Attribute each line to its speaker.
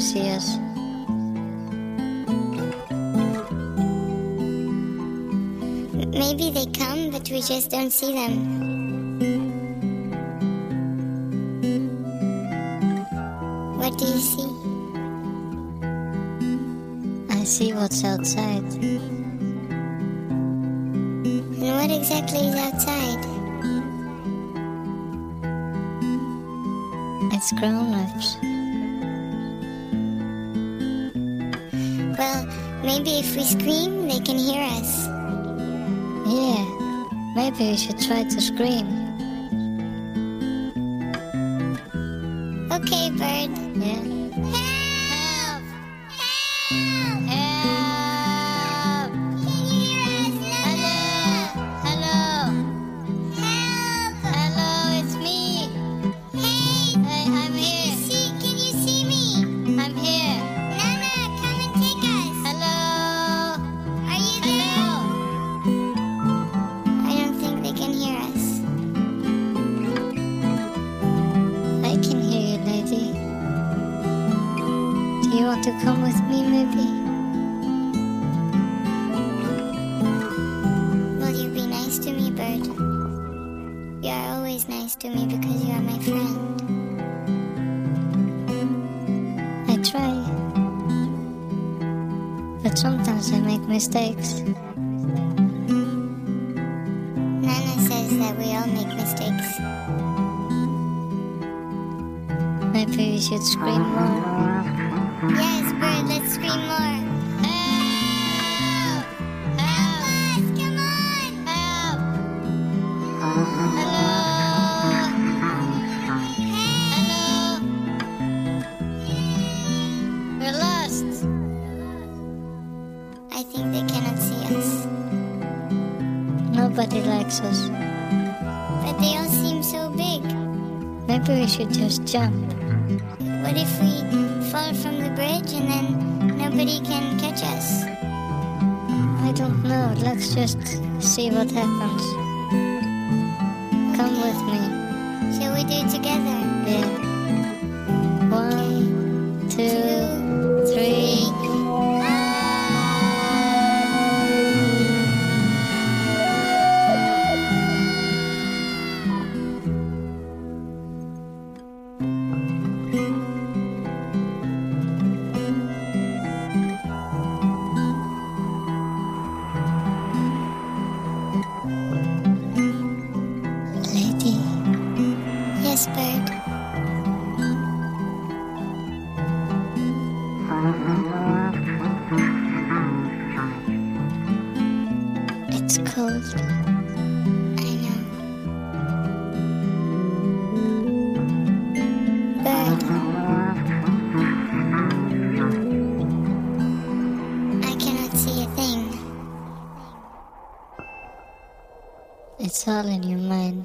Speaker 1: see us.
Speaker 2: Maybe they come, but we just don't see them. What do you see?
Speaker 1: I see what's outside.
Speaker 2: And what exactly is outside?
Speaker 1: It's grown ups.
Speaker 2: Well, maybe if we scream, they can hear us.
Speaker 1: Yeah, maybe we should try to scream.
Speaker 2: Okay, bird.
Speaker 1: Yeah.
Speaker 2: Help! Help! Help! Can you hear us? Hello! Hello! Help! Hello, it's me. Hey! I'm here. See, can you see me? I'm here. Nana, come and take us. Hello! Are you there? I don't think they can hear us.
Speaker 1: I can hear you, lady. Do you want to come with me, maybe?
Speaker 2: Will you be nice to me, bird? You are always nice to me because you are my friend.
Speaker 1: I try. But sometimes I make mistakes.
Speaker 2: Nana says that we all make mistakes.
Speaker 1: Maybe we should scream more.
Speaker 2: Yes, bird, let's scream more. Help! Help us! Come on! Help! Hello! Hello! We're lost. I think they cannot see us.
Speaker 1: Nobody likes us.
Speaker 2: But they all seem so big.
Speaker 1: Maybe we should just jump.
Speaker 2: What if we fall from the bridge and then nobody can catch us?
Speaker 1: I don't know. Let's just see what happens. Come with me.
Speaker 2: Shall we do it together?
Speaker 1: Yeah. One, two, three.
Speaker 2: Lady. Yes, bird.
Speaker 1: It's cold.
Speaker 2: I know. Bird. I cannot see a thing.
Speaker 1: It's all in your mind.